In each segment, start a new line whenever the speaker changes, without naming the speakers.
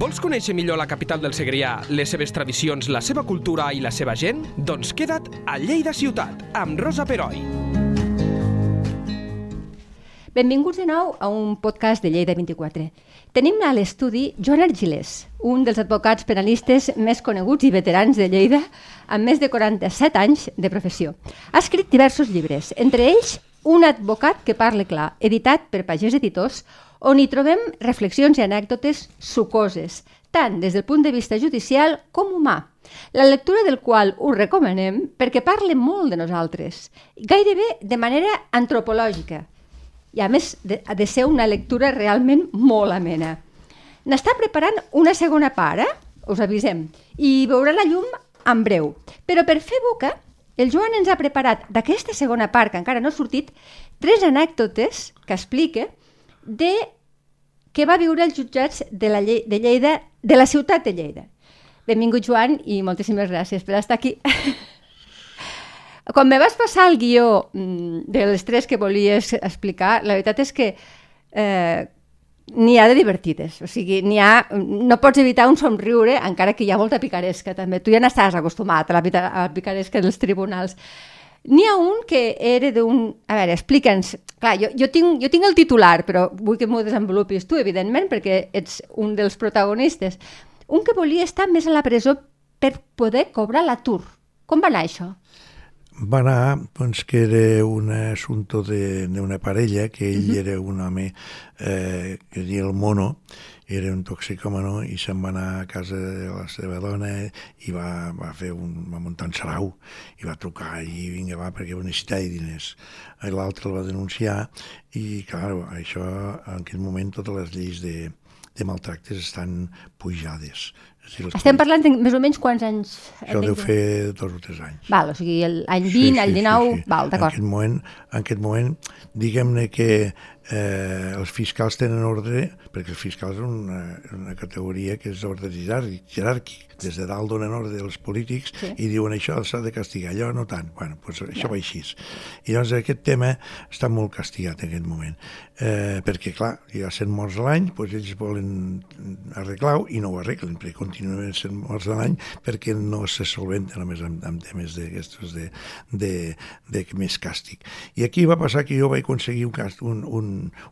Vols conèixer millor la capital del Segrià, les seves tradicions, la seva cultura i la seva gent? Doncs queda't a Lleida Ciutat, amb Rosa Peroi.
Benvinguts de nou a un podcast de Lleida 24. Tenim a l'estudi Joan Argilés, un dels advocats penalistes més coneguts i veterans de Lleida, amb més de 47 anys de professió. Ha escrit diversos llibres, entre ells Un advocat que parle clar, editat per Pagès Editors, on hi trobem reflexions i anècdotes sucoses, tant des del punt de vista judicial com humà, la lectura del qual us recomanem perquè parle molt de nosaltres, gairebé de manera antropològica, i a més de, ha de ser una lectura realment molt amena. N'està preparant una segona part, eh? us avisem, i veurà la llum en breu. Però per fer boca, el Joan ens ha preparat d'aquesta segona part, que encara no ha sortit, tres anècdotes que explica de que va viure els jutjats de la, Lle de Lleida, de la ciutat de Lleida. Benvingut, Joan, i moltíssimes gràcies per estar aquí. Quan me vas passar el guió mm, de les tres que volies explicar, la veritat és que eh, n'hi ha de divertides. O sigui, n'hi ha... mm, No pots evitar un somriure, encara que hi ha molta picaresca, també. Tu ja n'estàs acostumat a la, a la picaresca dels tribunals. N'hi ha un que era d'un... A veure, explica'ns. Clar, jo, jo, tinc, jo tinc el titular, però vull que m'ho desenvolupis tu, evidentment, perquè ets un dels protagonistes. Un que volia estar més a la presó per poder cobrar l'atur. Com va anar això?
va anar doncs, que era un assumpte d'una parella, que ell uh -huh. era un home eh, que es deia el mono, era un toxicòmano i se'n va anar a casa de la seva dona i va, va, fer un, va muntar un sarau i va trucar i vinga va perquè va necessitar diners. Eh, L'altre el va denunciar i, clar, això en aquell moment totes les lleis de, de maltractes estan pujades.
És dir, Estem parlant de més o menys quants anys?
Això deu fer dos o tres anys.
Val, o sigui, l'any 20, sí, sí, el 19... Sí, sí. Val, d'acord.
En aquest moment, en aquest moment diguem-ne que eh, els fiscals tenen ordre, perquè els fiscals són una, una categoria que és ordre jeràrquic, jeràrquic. Des de dalt donen ordre als polítics sí. i diuen això s'ha de castigar, allò no tant. Bueno, doncs això ja. va així. I llavors aquest tema està molt castigat en aquest moment. Eh, perquè, clar, hi ha 100 morts a l'any, doncs ells volen arreglar-ho i no ho arreglen, perquè continuen sent morts de l'any perquè no se solventen només amb, amb temes d'aquestos de, de, de, de més càstig. I aquí va passar que jo vaig aconseguir un, cast, un, un,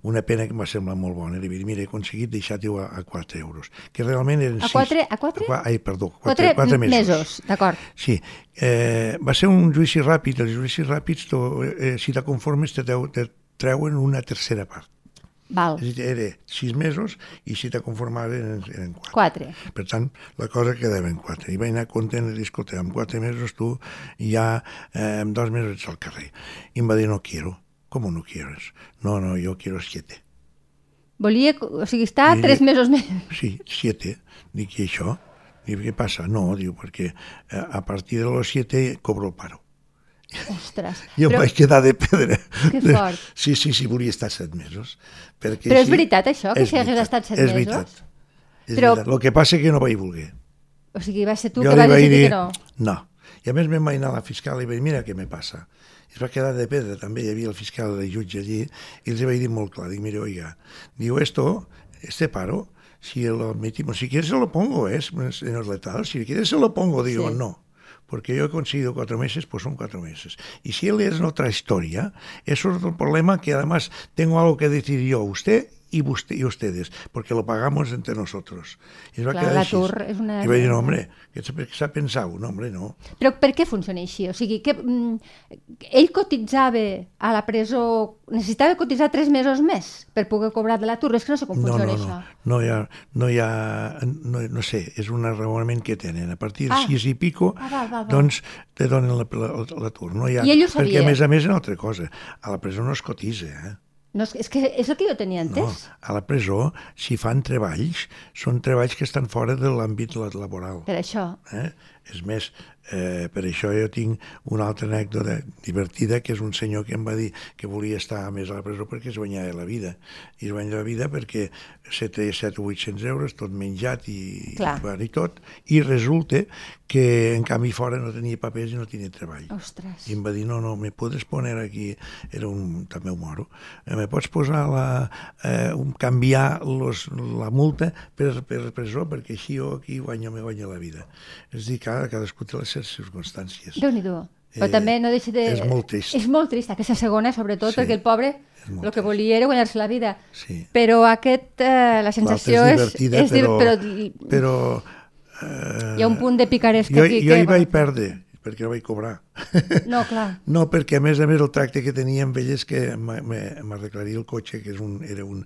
una pena que em va semblar molt bona. Li vaig dir, mira, he aconseguit deixar-t'ho a, a 4 euros, que realment eren 6...
A 4? A 4?
A, ai, perdó,
4, 4, 4 mesos. mesos D'acord.
Sí. Eh, va ser un judici ràpid. Els judicis ràpids, to, eh, si te conformes, te, te treuen una tercera part.
Val.
És dir, era sis mesos i si te conformaven eren
quatre.
quatre. Per tant, la cosa quedava en quatre. I vaig anar content a discoteca. Amb quatre mesos tu ja eh, amb dos mesos ets al carrer. I em va dir, no quiero. Com no quieres? No, no, jo quiero siete.
Volia, o sigui, estar I, tres mesos més.
Sí, siete. Dic, i això? Diu, què passa? No, diu, perquè eh, a partir de los siete cobro el paro.
Ostres.
Jo però... em vaig quedar de pedra.
Que fort.
Sí, sí, sí, volia estar set mesos.
Perquè però és veritat això, que si hagués estat set
és
mesos?
Veritat. És però... veritat. El que passa és que no vaig voler.
O sigui, va ser tu jo que vas decidir dir, que no.
No. I a més me'n vaig anar a la fiscal i vaig dir, mira què me passa. I es va quedar de pedra, també. Hi havia el fiscal de jutge allí i els vaig dir molt clar. Dic, mira, oiga, diu, esto, este paro, si lo metimos, si quieres se lo pongo, eh, señor letal, si quieres se lo pongo, digo, sí. no. porque yo he conseguido cuatro meses, pues son cuatro meses. Y si él es otra historia, es otro problema que además tengo algo que decir yo a usted y, usted, y ustedes, porque lo pagamos entre nosotros.
I es va Clar, quedar així. És una...
I vaig dir, no, hombre, que s'ha pensat, no, hombre, no.
Però per què funciona així? O sigui, que, mm, ell cotitzava a la presó, necessitava cotitzar tres mesos més per poder cobrar de l'atur, és que no sé com
no,
funciona
no,
no. això.
No, hi ha, no hi ha, no, no sé, és un raonament que tenen. A partir de ah. sis i pico, ah, va, va, va. doncs te donen l'atur. No hi ha,
I ell ho sabia.
Perquè a més a més és una altra cosa, a la presó no es cotitza, eh?
No, és que és el que jo tenia entès.
No, a la presó, si fan treballs, són treballs que estan fora de l'àmbit laboral.
Per això.
Eh? És més, eh, per això jo tinc una altra anècdota divertida, que és un senyor que em va dir que volia estar més a la presó perquè es guanyava la vida. I es guanyava la vida perquè 7, 7 o 800 euros, tot menjat i,
Clar.
i tot, i resulta que en canvi fora no tenia papers i no tenia treball.
Ostres.
I em va dir, no, no, me puedes poner aquí, era un, també un moro, eh, me pots posar la, eh, un, canviar los, la multa per, per presó, perquè així jo aquí guanyo, me guanyo la vida. És a dir, cada, cadascú té les seves circumstàncies.
Déu-n'hi-do. Però
Eh,
també no deixa de...
és molt trist.
És molt trist, aquesta segona, sobretot,
Sí,
perquè el pobre
és molt
el que
trist.
volia era guanyar-se la vida.
Sí.
Però aquest, eh, la sensació
L'altra
és...
divertida,
di-
però,
però,
però, eh,
hi ha un punt de picaresca
jo,
aquí.
jo
que,
hi vaig perdre, perquè no vaig cobrar.
No, clar.
No, perquè a més a més el tracte que tenia amb ell és que m'a- m'a- m'arreglaria el cotxe, que és un, era un,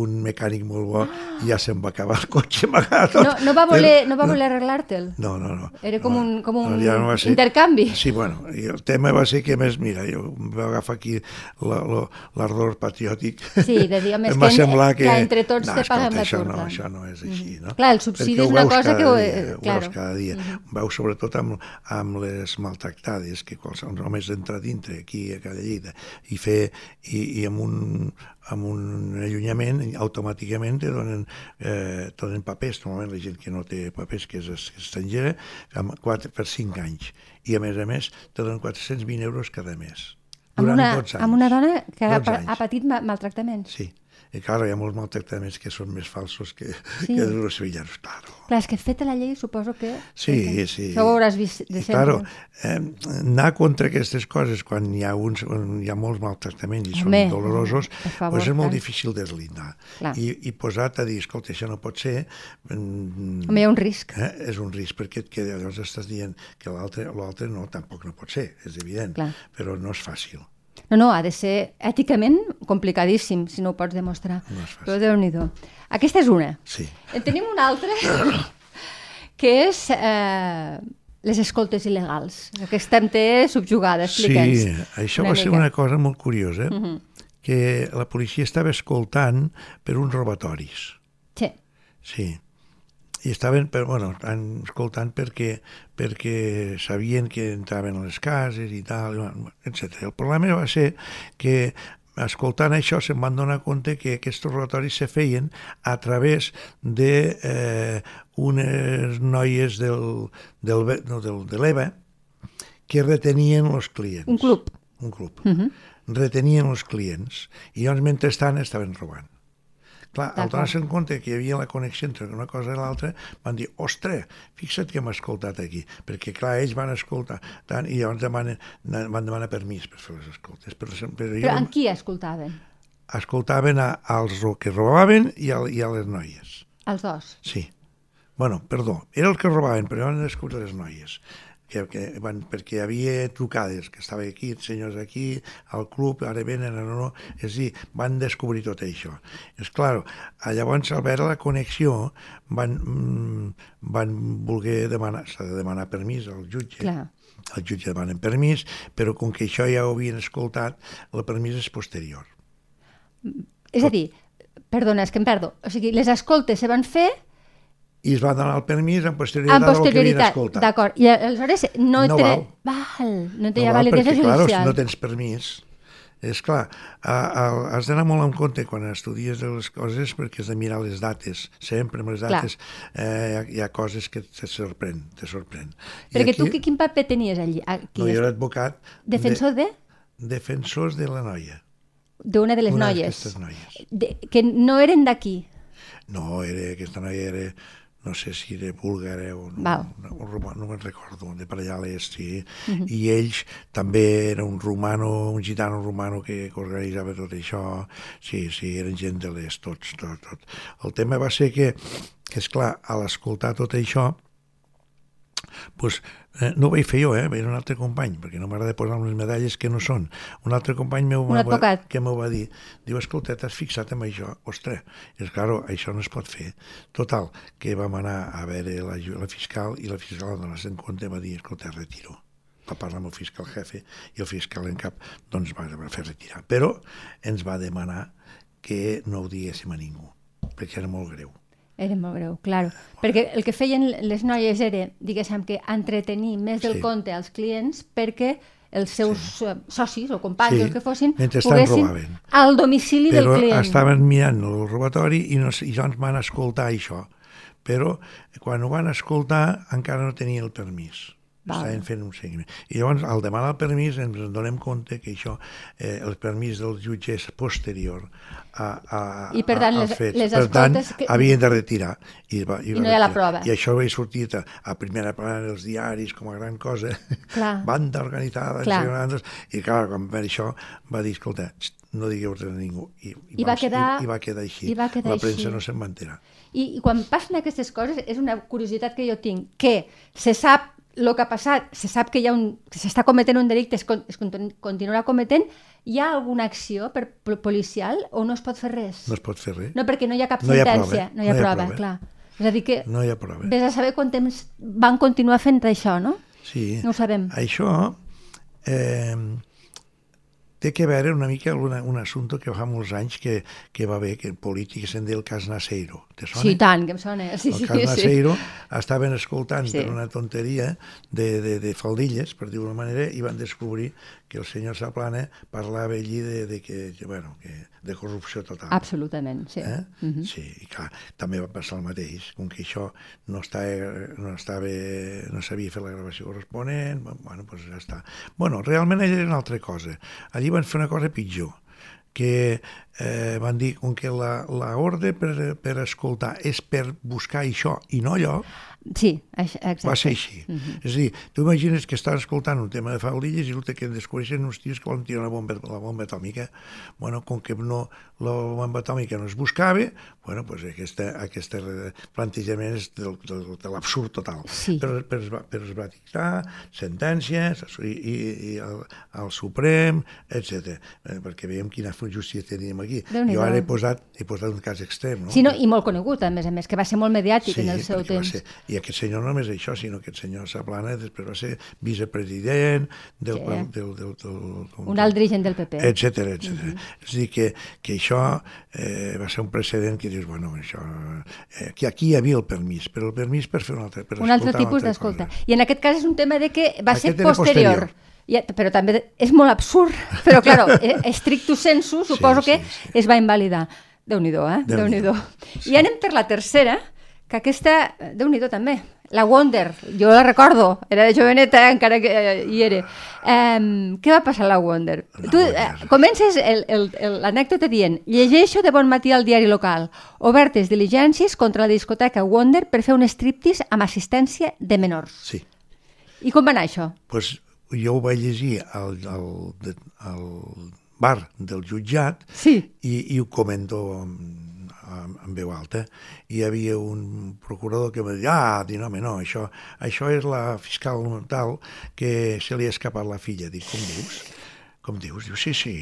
un mecànic molt bo, i ja se'm va acabar el cotxe, m'agrada tot.
No, no va voler, no va voler arreglar-te'l.
No, no, no.
Era
no,
com un- com un
va ser.
intercanvi.
Sí, bueno, i el tema va ser que, a més, mira, jo em va agafar aquí la- lo- l'ardor patriòtic.
Sí, de dir, home, és
em va
que en-
semblar que...
clar, entre tots
no,
te
escolta,
paguen la
això
turca."
No, això no és així, no?
Clar, el subsidi és
Perquè ho
una
veus
cosa
cada
que ho-
dia,
eh,
ho
claro.
veus cada dia. Ho veus sobretot amb, amb les maltractades, que qualsevol només entrar dintre aquí a Calla Lleida i fer i, i amb un amb un allunyament, automàticament te donen, eh, te donen papers, normalment la gent que no té papers, que és es- estrangera, amb 4, per 5 anys. I a més a més, te donen 420 euros cada mes.
Amb
Durant
una,
12 anys.
amb una dona que ha,
12
pa-
anys.
ha patit ma- maltractaments.
Sí. I clar, hi ha molts maltractaments que són més falsos que,
Sí.
sí. que els sevillanos, claro.
Clar, és que feta la llei suposo que...
Sí, sí.
Això ho hauràs vist de
I,
sempre.
Claro, eh, anar contra aquestes coses quan hi ha, uns, on hi ha molts maltractaments i
Home,
són dolorosos,
per favor,
doncs és molt
tant.
difícil deslindar.
Clar.
I, I posat a dir, escolta, això no pot ser, mm,
Home, hi ha un risc.
eh, és un risc, perquè et que llavors estàs dient que l'altre l'altre no, tampoc no pot ser, és evident,
Clar.
però no és fàcil.
No, no, ha de ser èticament complicadíssim, si no ho pots demostrar.
No és fàcil.
Però déu nhi Aquesta és una.
Sí.
En tenim una altra, que és eh, les escoltes il·legals. Aquesta em té subjugada, explica'ns. Mm-hmm.
Sí, això va ser una cosa molt curiosa, uh -huh. que la policia estava escoltant per uns robatoris.
Sí,
Sí. I estaven, però, bueno, estaven escoltant perquè, perquè sabien que entraven a les cases i tal, etc. El problema va ser que escoltant això se'n van donar compte que aquests robatoris se feien a través de eh, unes noies del, del, Be- no, del, de l'EVA que retenien els clients.
Un club. Mhm.
Un club. Uh -huh. Retenien els clients i llavors mentrestant estaven robant. Clar, al
D'acord.
donar-se en compte que hi havia la connexió entre una cosa i l'altra, van dir, ostres, fixa't que hem escoltat aquí, perquè clar, ells van escoltar tant, i llavors demanen, van demanar permís per fer les escoltes, però, sem- però,
però
jo
en qui escoltaven?
escoltaven a, als ro- que robaven i a, i a les noies.
Els dos.
Sí. Bueno, perdó, era el que robaven, però van descobrir les noies. Que, que van, perquè hi havia trucades, que estava aquí, els senyors aquí, al club, ara venen, no, no, és a dir, van descobrir tot això. És clar, llavors al veure la connexió van, mm, van voler demanar, s'ha de demanar permís al jutge,
Clar.
el jutge demanen permís, però com que això ja ho havien escoltat, el permís és posterior.
És a dir, perdona, és que em perdo. O sigui, les escoltes se van fer
I es va donar el permís amb
amb
posterioritat, al
posterioritat.
que havien escoltat.
D'acord. I aleshores no,
No
té...
val.
Val. No té
No
no
va,
validesa
perquè,
judicial.
Clar, no tens permís. És clar, a, a, has d'anar molt en compte quan estudies de les coses perquè has de mirar les dates. Sempre amb les
Clar.
dates eh, hi, ha, hi ha coses que te sorprèn. Te sorprèn. I
Perquè tu qui- quin paper tenies allí? Aquí,
No, jo era advocat
Defensor de
de, defensors de la noia.
d'una de les
una
noies,
d'aquestes noies.
de, que no eren d'aquí.
No, era, aquesta noia era no sé si era búlgara o no,
Val.
no, o romà, no me'n recordo, de per allà a l'est, sí. I ells també era un romano, un gitano romano que, que organitzava tot això. Sí, sí, eren gent de l'est, tots, tot, tot. El tema va ser que, que és clar, a l'escoltar tot això, pues, eh, no ho vaig fer jo, eh? era un altre company, perquè no m'agrada posar unes medalles que no són. Un altre company meu
Un advocat.
que m'ho va dir, diu, escolta, t'has fixat en això? Ostres, és claro, això no es pot fer. Total, que vam anar a veure la, ju- la fiscal i la fiscal donant-se en compte va dir, escolta, retiro va parlar amb el fiscal jefe i el fiscal en cap doncs va, va fer retirar. Però ens va demanar que no ho diguéssim a ningú, perquè era molt greu.
Era molt greu, claro. Perquè el que feien les noies era, diguéssim, que entretenir més del
Sí.
compte als clients perquè els seus eh, socis o companys
Sí.
o el que fossin
Mentrestant
poguessin
robaven.
al domicili
però
del client.
estaven mirant el robatori i, no, s- i llavors van escoltar això. Però quan ho van escoltar encara no tenia el permís.
Val.
Estaven fent un seguiment. I llavors, al demanar el permís, ens donem compte que això, eh, el permís del jutge és posterior a, a,
I, per tant,
a,
les-
als fets.
les
per tant,
escoltes que-
havien de retirar. I, va, i, va
no hi ha la
retirar.
prova.
I això va sortir a, a primera plana dels diaris com a gran cosa.
Clar.
Banda organitzada,
Clar.
clar. Nosaltres, I clar, quan va això va dir, escolta, xt, no digueu res a ningú. I,
I va quedar-
i, i va quedar així.
i va quedar
la premsa
així.
no se'n va enterar.
I, I quan passen aquestes coses, és una curiositat que jo tinc, que se sap el que ha passat, se sap que hi ha un, que s'està cometent un delicte, es, con, es contin- continuarà cometent, hi ha alguna acció per, po- policial o no es pot fer res?
No es pot fer res.
No, perquè no hi ha cap
No hi ha prova, eh?
sentència, no hi ha prova, clar. És a dir que
No eh? hi ha prova.
vés a saber quant temps van continuar fent això, no?
Sí.
No ho sabem.
Això eh, té que veure una mica amb una, un assumpte que fa molts anys que, que va haver, que en polític se'n deia el cas Naseiro. Te sona? eh?
Sí, i tant, que em sona. eh? Sí, sí,
el cas
sí.
Naseiro, estaven escoltant
Sí.
sí. per una tonteria de, de, de faldilles, per dir-ho d'una manera, i van descobrir que el senyor Saplana parlava allí de, de, que, que, bueno, que, de corrupció total.
Ah, Absolutament, sí.
Eh? Sí, i clar, també va passar el mateix, com que això no estava, no, estava, no sabia fer la gravació corresponent, bu- bueno, doncs ja està. Bueno, realment allà era una altra cosa. Allí van fer una cosa pitjor, que eh, van dir com que la, la ordre per, per escoltar és per buscar això i no allò,
Sí, això, exacte. Mhm.
va ser així. És a dir, tu imagines que estàs escoltant un tema de faldilles i resulta que descobreixen uns tios que volen tirar la bomba, la bomba atòmica. Bueno, com que no, la bomba atòmica no es buscava, bueno, pues aquesta, aquesta re- plantejament és del, del, de l'absurd total.
Sí.
Però, però, es va, però es va dictar sentències i, i, i el, el Suprem, etc. Eh, perquè veiem quina justícia teníem aquí.
Déu-n'hi-do.
Jo ara he posat, he posat un cas extrem, no?
Sí, no, i molt conegut, a més a més, que va ser molt mediàtic en el seu
perquè va
temps.
Ser, I aquest senyor no només això, sinó que aquest senyor Saplana després va ser vicepresident del...
Sí.
del, del, del, del com-
Un Mhm. alt dirigent del PP.
etcètera, etcètera. És a dir, que, que això eh, va ser un precedent que dius, bueno, això... Eh, que aquí hi havia el permís, però el permís per fer un altre... Per
un altre
escoltar una
tipus
altra
d'escolta.
cosa.
I en aquest cas és un tema de que va
Aquest
ser
era posterior.
posterior. I, però també és molt absurd. Però, claro, eh, estricto sensu, suposo
sí,
que
sí.
es va invalidar. Déu-n'hi-do, eh? déu nhi
Déu-n'hi-do.
I anem per la tercera, que aquesta, eh, déu-n'hi-do també, la Wonder, jo la recordo, era de joveneta, encara que eh, hi era. Um, què va passar a la Wonder?
La
tu
Wonder.
eh, comences el- el- el- l'anècdota dient llegeixo de bon matí al diari local obertes diligències contra la discoteca Wonder per fer un striptease amb assistència de menors.
Sí.
I com va anar això?
pues, jo ho vaig llegir al, al, de- al bar del jutjat
Sí.
i, i ho comento amb, amb, amb veu alta. I hi havia un procurador que va dir, ah, dic, no, home, no, això, això és la fiscal tal que se li ha escapat la filla. Dic, com dius? Com dius? Diu, sí, sí.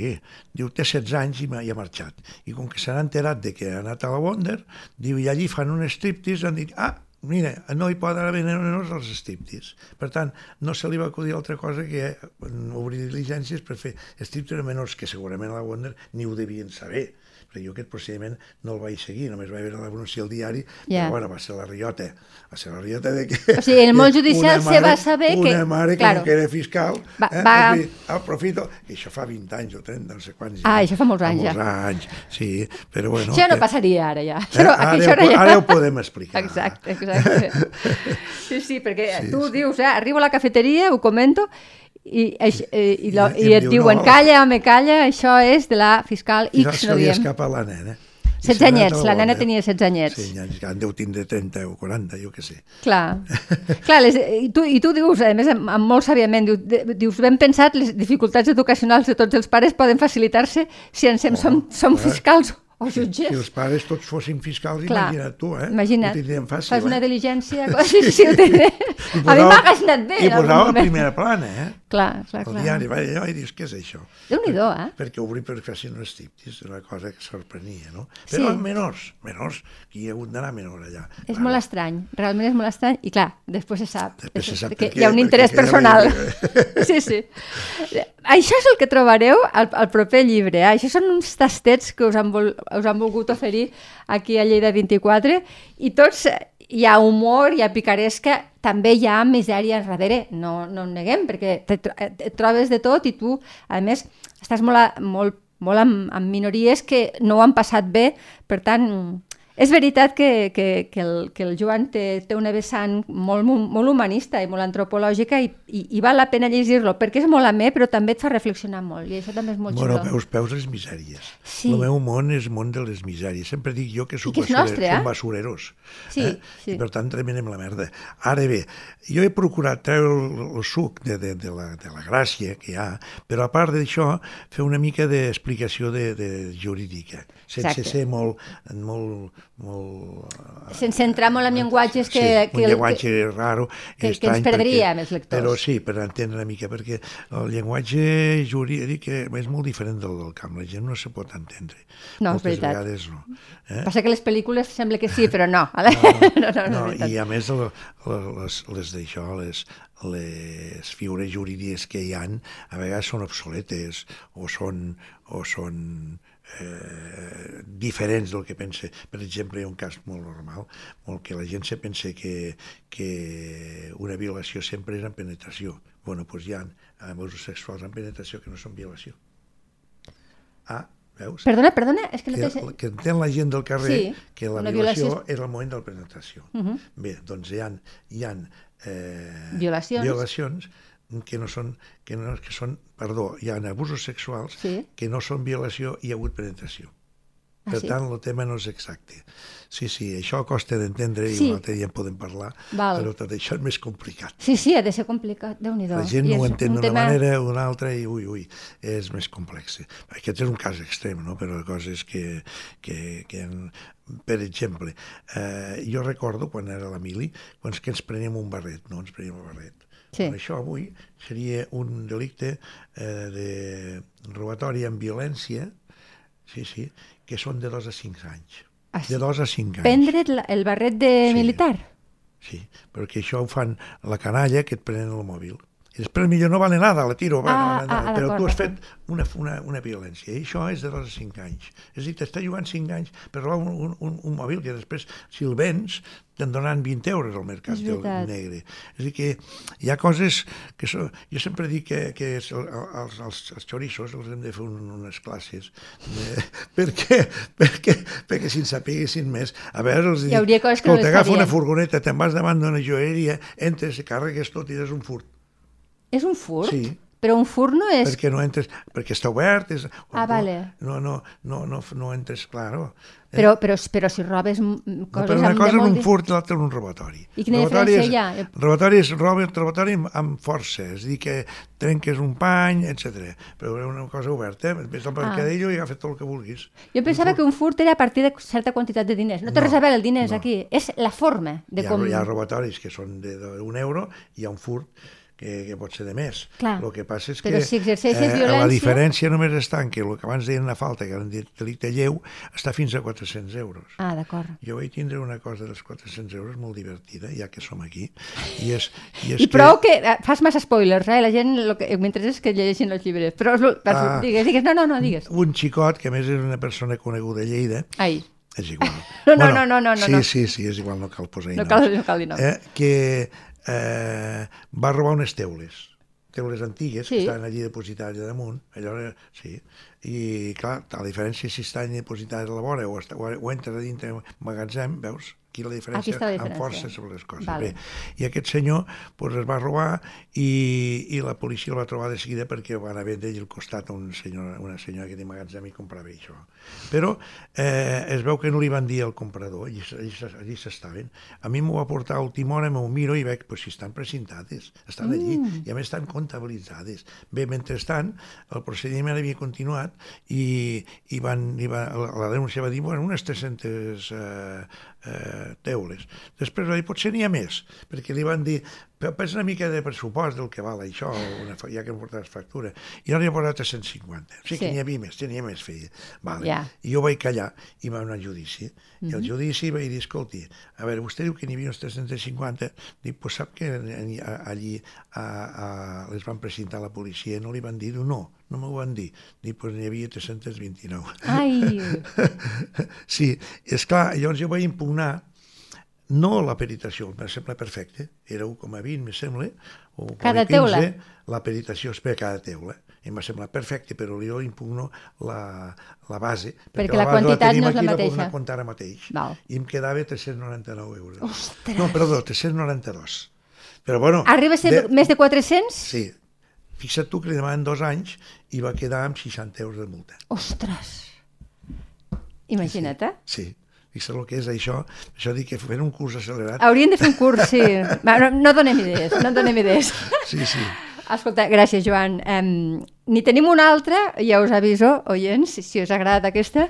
Diu, té 16 anys i m'ha- i ha marxat. I com que s'han enterat de que ha anat a la Wonder, diu, i allí fan un striptease, han dit, ah, mira, no hi poden haver menors als striptease. Per tant, no se li va acudir altra cosa que mm, obrir diligències per fer striptease a menors, que segurament a la Wonder ni ho devien saber. Perquè jo aquest procediment no el vaig seguir, només vaig veure la denúncia al diari,
Ja.
yeah. però bueno, va ser la riota. Va ser la riota de que...
O sigui, en el món judicial
una
se va saber
una
que-
Una mare que,
claro.
claro. que era fiscal,
Va-
eh,
va-
doncs, aprofito, i això fa 20 anys o 30, no sé quants.
Ah, això fa molts anys, ja.
molts anys, sí, però bueno...
No, això no
que-
passaria ara ja.
Eh,
Això no,
ara,
això
ho,
no
po-
ja.
ara ho podem explicar.
Exacte, exacte. Sí, sí, perquè sí,
Sí,
tu sí.
sí.
dius, ah, arribo a la cafeteria, ho comento, i, aix- eh, i, lo,
I-
i,
i
et
em diu,
diuen,
no.
calla, home, calla, això és de la fiscal
I no
X,
se
no
li
diem.
escapa la nena. I
16
se n'ha anat
anyets,
a
la nena
Wonder.
tenia 16 anyets.
Sí, ja ja en deu tindre 30 o 40, jo què sé.
Clar, clar les, i, tu, i tu dius, a més, amb, amb molt sàviament, diu, de- dius, ben pensat, les dificultats educacionals de tots els pares poden facilitar-se si ens en som, som
clar.
fiscals o
eh? Si, si
jutges.
els pares tots fossin fiscals,
Clar.
imagina't tu, eh?
Imagina't,
Ho tindríem fàcil,
fas una
eh?
diligència... Sí, sí, ho tindré.
I
a mi
posava-
m'hagués anat bé
I
en algun
posava a
moment.
primera plana, eh?
Clar, clar,
El
clar.
diari, va allò i dius, què és això?
Déu-n'hi-do, eh?
Perquè obrir per fer un striptease és una cosa que sorprenia, no?
Sí.
Però amb menors, menors, qui hi ha hagut d'anar menor allà?
És
Clar,
molt estrany, realment és molt estrany, i clar, després se sap,
Després se sap
que
per què,
hi ha un
perquè
interès
queda
personal.
bé.
Sí, sí. Això és el que trobareu al, al proper llibre, eh? això són uns tastets que us envol, us han volgut oferir aquí a Lleida 24 i tots hi ha humor, hi ha picaresca, també hi ha misèria darrere, no, no en neguem, perquè te, tro- eh, et trobes de tot i tu, a més, estàs molt, a, molt, molt amb, amb minories que no ho han passat bé, per tant, és veritat que, que, que, el, que el Joan té, té una vessant molt, mu- molt humanista i molt antropològica i, i, i val la pena llegir-lo, perquè és molt amè, però també et fa reflexionar molt, i això també és molt
bueno,
xulo.
peus, peus les misèries.
Sí.
El meu món és món de les misèries. Sempre dic jo que som,
que és
basure-
nostre, eh?
som basureros.
Sí, sí.
eh? I per tant tremenem la merda. Ara bé, jo he procurat treure el, el suc de, de, de, la, de la gràcia que hi ha, però a part d'això, fer una mica d'explicació de, de jurídica, sense
Exacte.
ser molt... molt, molt
Sense entrar molt en llenguatges que...
sí,
que
un
el-
llenguatge raro,
que- que ens
estrany,
perdríem,
perquè-
els lectors.
Però sí, per entendre una mica, perquè el llenguatge jurídic és molt diferent del del camp, la gent no se pot entendre.
No, és
Moltes
veritat.
vegades no. Eh?
Passa que les pel·lícules sembla que sí, però no. No, no, no, no,
No,
no
I a més el- el- les, les d'això, les, les figures jurídiques que hi han a vegades són obsoletes o són, o són eh, diferents del que pensa. Per exemple, hi ha un cas molt normal, molt que la gent se pensa que, que una violació sempre és en penetració. bueno, doncs hi ha abusos sexuals en penetració que no són violació. Ah, veus?
Perdona, perdona, és que no
que,
t'he...
que entén la gent del carrer
Sí,
que la
una
violació,
violació
era el moment de la penetració. Bé, doncs hi ha, hi ha eh,
Violacions.
violacions que no són, que no, que són, perdó, hi ha abusos sexuals
Sí.
que no són violació i hi ha hagut penetració.
Ah,
Per
sí?
tant, el tema no és exacte. Sí, sí, això costa d'entendre i
Sí.
un altre dia en podem parlar,
Val.
però tot això és més complicat.
Sí, sí, ha de ser complicat, déu nhi
La gent ho entén d'una tema... manera, d'una altra, i ui, ui, és més complex. Aquest és un cas extrem, no? però coses que... que, que en... Per exemple, eh, jo recordo quan era a la mili, quan és que ens preníem un barret, no ens preníem un barret.
Sí.
Però això avui seria un delicte eh, de robatori amb violència, sí, sí, que són de dos a cinc anys.
Ah, sí.
De dos a cinc anys.
Prendre el, el barret de
Sí.
sí. militar.
Sí, perquè això ho fan la canalla que et prenen el mòbil. I després millor no vale nada, la tiro, va,
Ah,
no vale nada,
ah,
però tu
d'acord,
has fet una, una, una violència. I això és de dos a cinc anys. És a dir, t'està jugant cinc anys per robar un, un, un, un mòbil que després, si el vens, te'n donaran 20 euros al mercat
És
del
veritat.
negre. És a dir, que hi ha coses que... So, jo sempre dic que, que és el, els, els, els xoriços els hem de fer un, unes classes eh, perquè, perquè, perquè si en sapiguessin més... A veure, els
Hi hauria coses que no les
Escolta, agafa una
sabien.
furgoneta, te'n vas davant d'una joieria, entres, carregues tot i és un furt.
És un furt?
Sí.
Però un furt no és...
Perquè no entres, perquè està obert. És,
Ah, vale.
No, no, no, no, no entres, claro. Eh,
Però, però, però si robes mm,
No,
coses...
però una
amb
cosa
de
és
molt
un
de-
furt i l'altra és un robatori.
I quina
robatori
diferència hi
és,
ha?
Robatori és rob, robatori amb, amb força, és a dir, que trenques un pany, etc. Però és una cosa oberta, eh? vés al
Ah.
mercadillo i agafa tot el que vulguis.
Jo pensava que un furt era a partir de certa quantitat de diners. No té
No,
res a veure el diners
no.
aquí. És la forma de
hi, ha,
com...
hi ha robatoris que són de- d'un euro i hi ha un furt que, que pot ser de més.
Clar.
El que passa és
Però
que eh,
si exerceixes
la
violència-
diferència només està en que el que abans deien una falta, que era un delicte lleu, està fins a 400 euros.
Ah, d'acord.
Jo vaig tindre una cosa dels 400 euros molt divertida, ja que som aquí. I, és, i, és
I prou que... eh, Fas massa spoilers, eh? La gent... Lo que... M'interessa és que llegeixin els llibres. Però és lo-
Ah.
digues, digues. No, no, no, digues.
Un xicot, que a més és una persona coneguda a Lleida,
Ai,
és igual.
No, no, no, no, no, no,
sí,
no.
Sí, sí, és igual, no cal posar-hi
no
noms.
cal, no cal dir nom.
eh, que eh, va robar unes teules, teules antigues,
Sí.
que estaven allí depositades allà damunt, allò era, sí, i clar, a la diferència si estan depositades a la vora o, està, o, o entres a dintre un magatzem, veus? Aquí la diferència,
Aquí està la diferència.
amb força sobre les coses.
Vale.
Bé, I aquest senyor pues, es va robar i, i la policia el va trobar de seguida perquè van a vendre ell al costat a un senyor, una senyora que té magatzem i comprava això. Però eh, es veu que no li van dir al comprador, allí, s- allí, s- allí s'estaven. A mi m'ho va portar a última hora, m'ho miro i veig, pues, si estan precintades, estan allí, i a més estan comptabilitzades. Bé, mentrestant, el procediment havia continuat i, i, van, i va, la, la denúncia va dir, bueno, unes 300 eh, eh, teules. Després va dir, potser n'hi ha més, perquè li van dir, però pensa una mica de pressupost del que val això, o una, fa- ja que em portaves factura. I ara li ha posat 350. O sigui sí.
Sí.
que n'hi havia més, n'hi havia més, feia. Vale.
Ja.
I jo vaig callar i va anar al judici. I al judici vaig dir, escolti, a veure, vostè diu que n'hi havia uns 350, dic, pues sap que en- en- a- allí a, a, les van presentar la policia, no li van dir no, No m'ho van dir. Dic, doncs n'hi havia 329.
Ai,
Sí, és clar, llavors jo vaig impugnar no la peritació, em sembla perfecte, era 1,20, me sembla, o 1,15,
Cada teula.
la peritació és per cada teula. Em va semblar perfecte, però jo impugno la, la base.
Perquè la
base
quantitat
tenim
no és la
aquí,
mateixa.
La puc anar a comptar ara mateix.
Val.
I em quedava 399 euros.
Ostres!
No, perdó, 392. Però bueno...
arriba a ser més de 400?
Sí. Fixa't tu que li demanen dos anys i va quedar amb 60 euros de multa.
Ostres! Imagina't, eh?
Sí, fixa't el que és això. Això dic que fent un curs accelerat...
Haurien de fer un curs, sí. Va, no, no donem idees, no en donem idees.
Sí, sí.
Escolta, gràcies, Joan. Um, N'hi tenim una altra, ja us aviso, oients, si- si us agrada aquesta,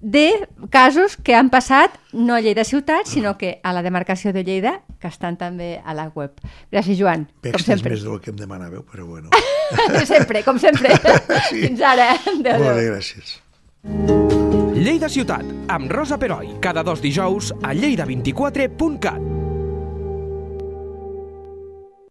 de casos que han passat no a Lleida ciutat, sinó que a la demarcació de Lleida, que estan també a la web. Gràcies, Joan, com
Pextes
sempre.
més del que em demanàveu, però bueno.
sempre, com sempre. Sí. Fins ara. Adéu,
Molt
adéu.
bé, gràcies.
Lleida Ciutat, amb Rosa Peroi, cada dos dijous a lleida24.cat.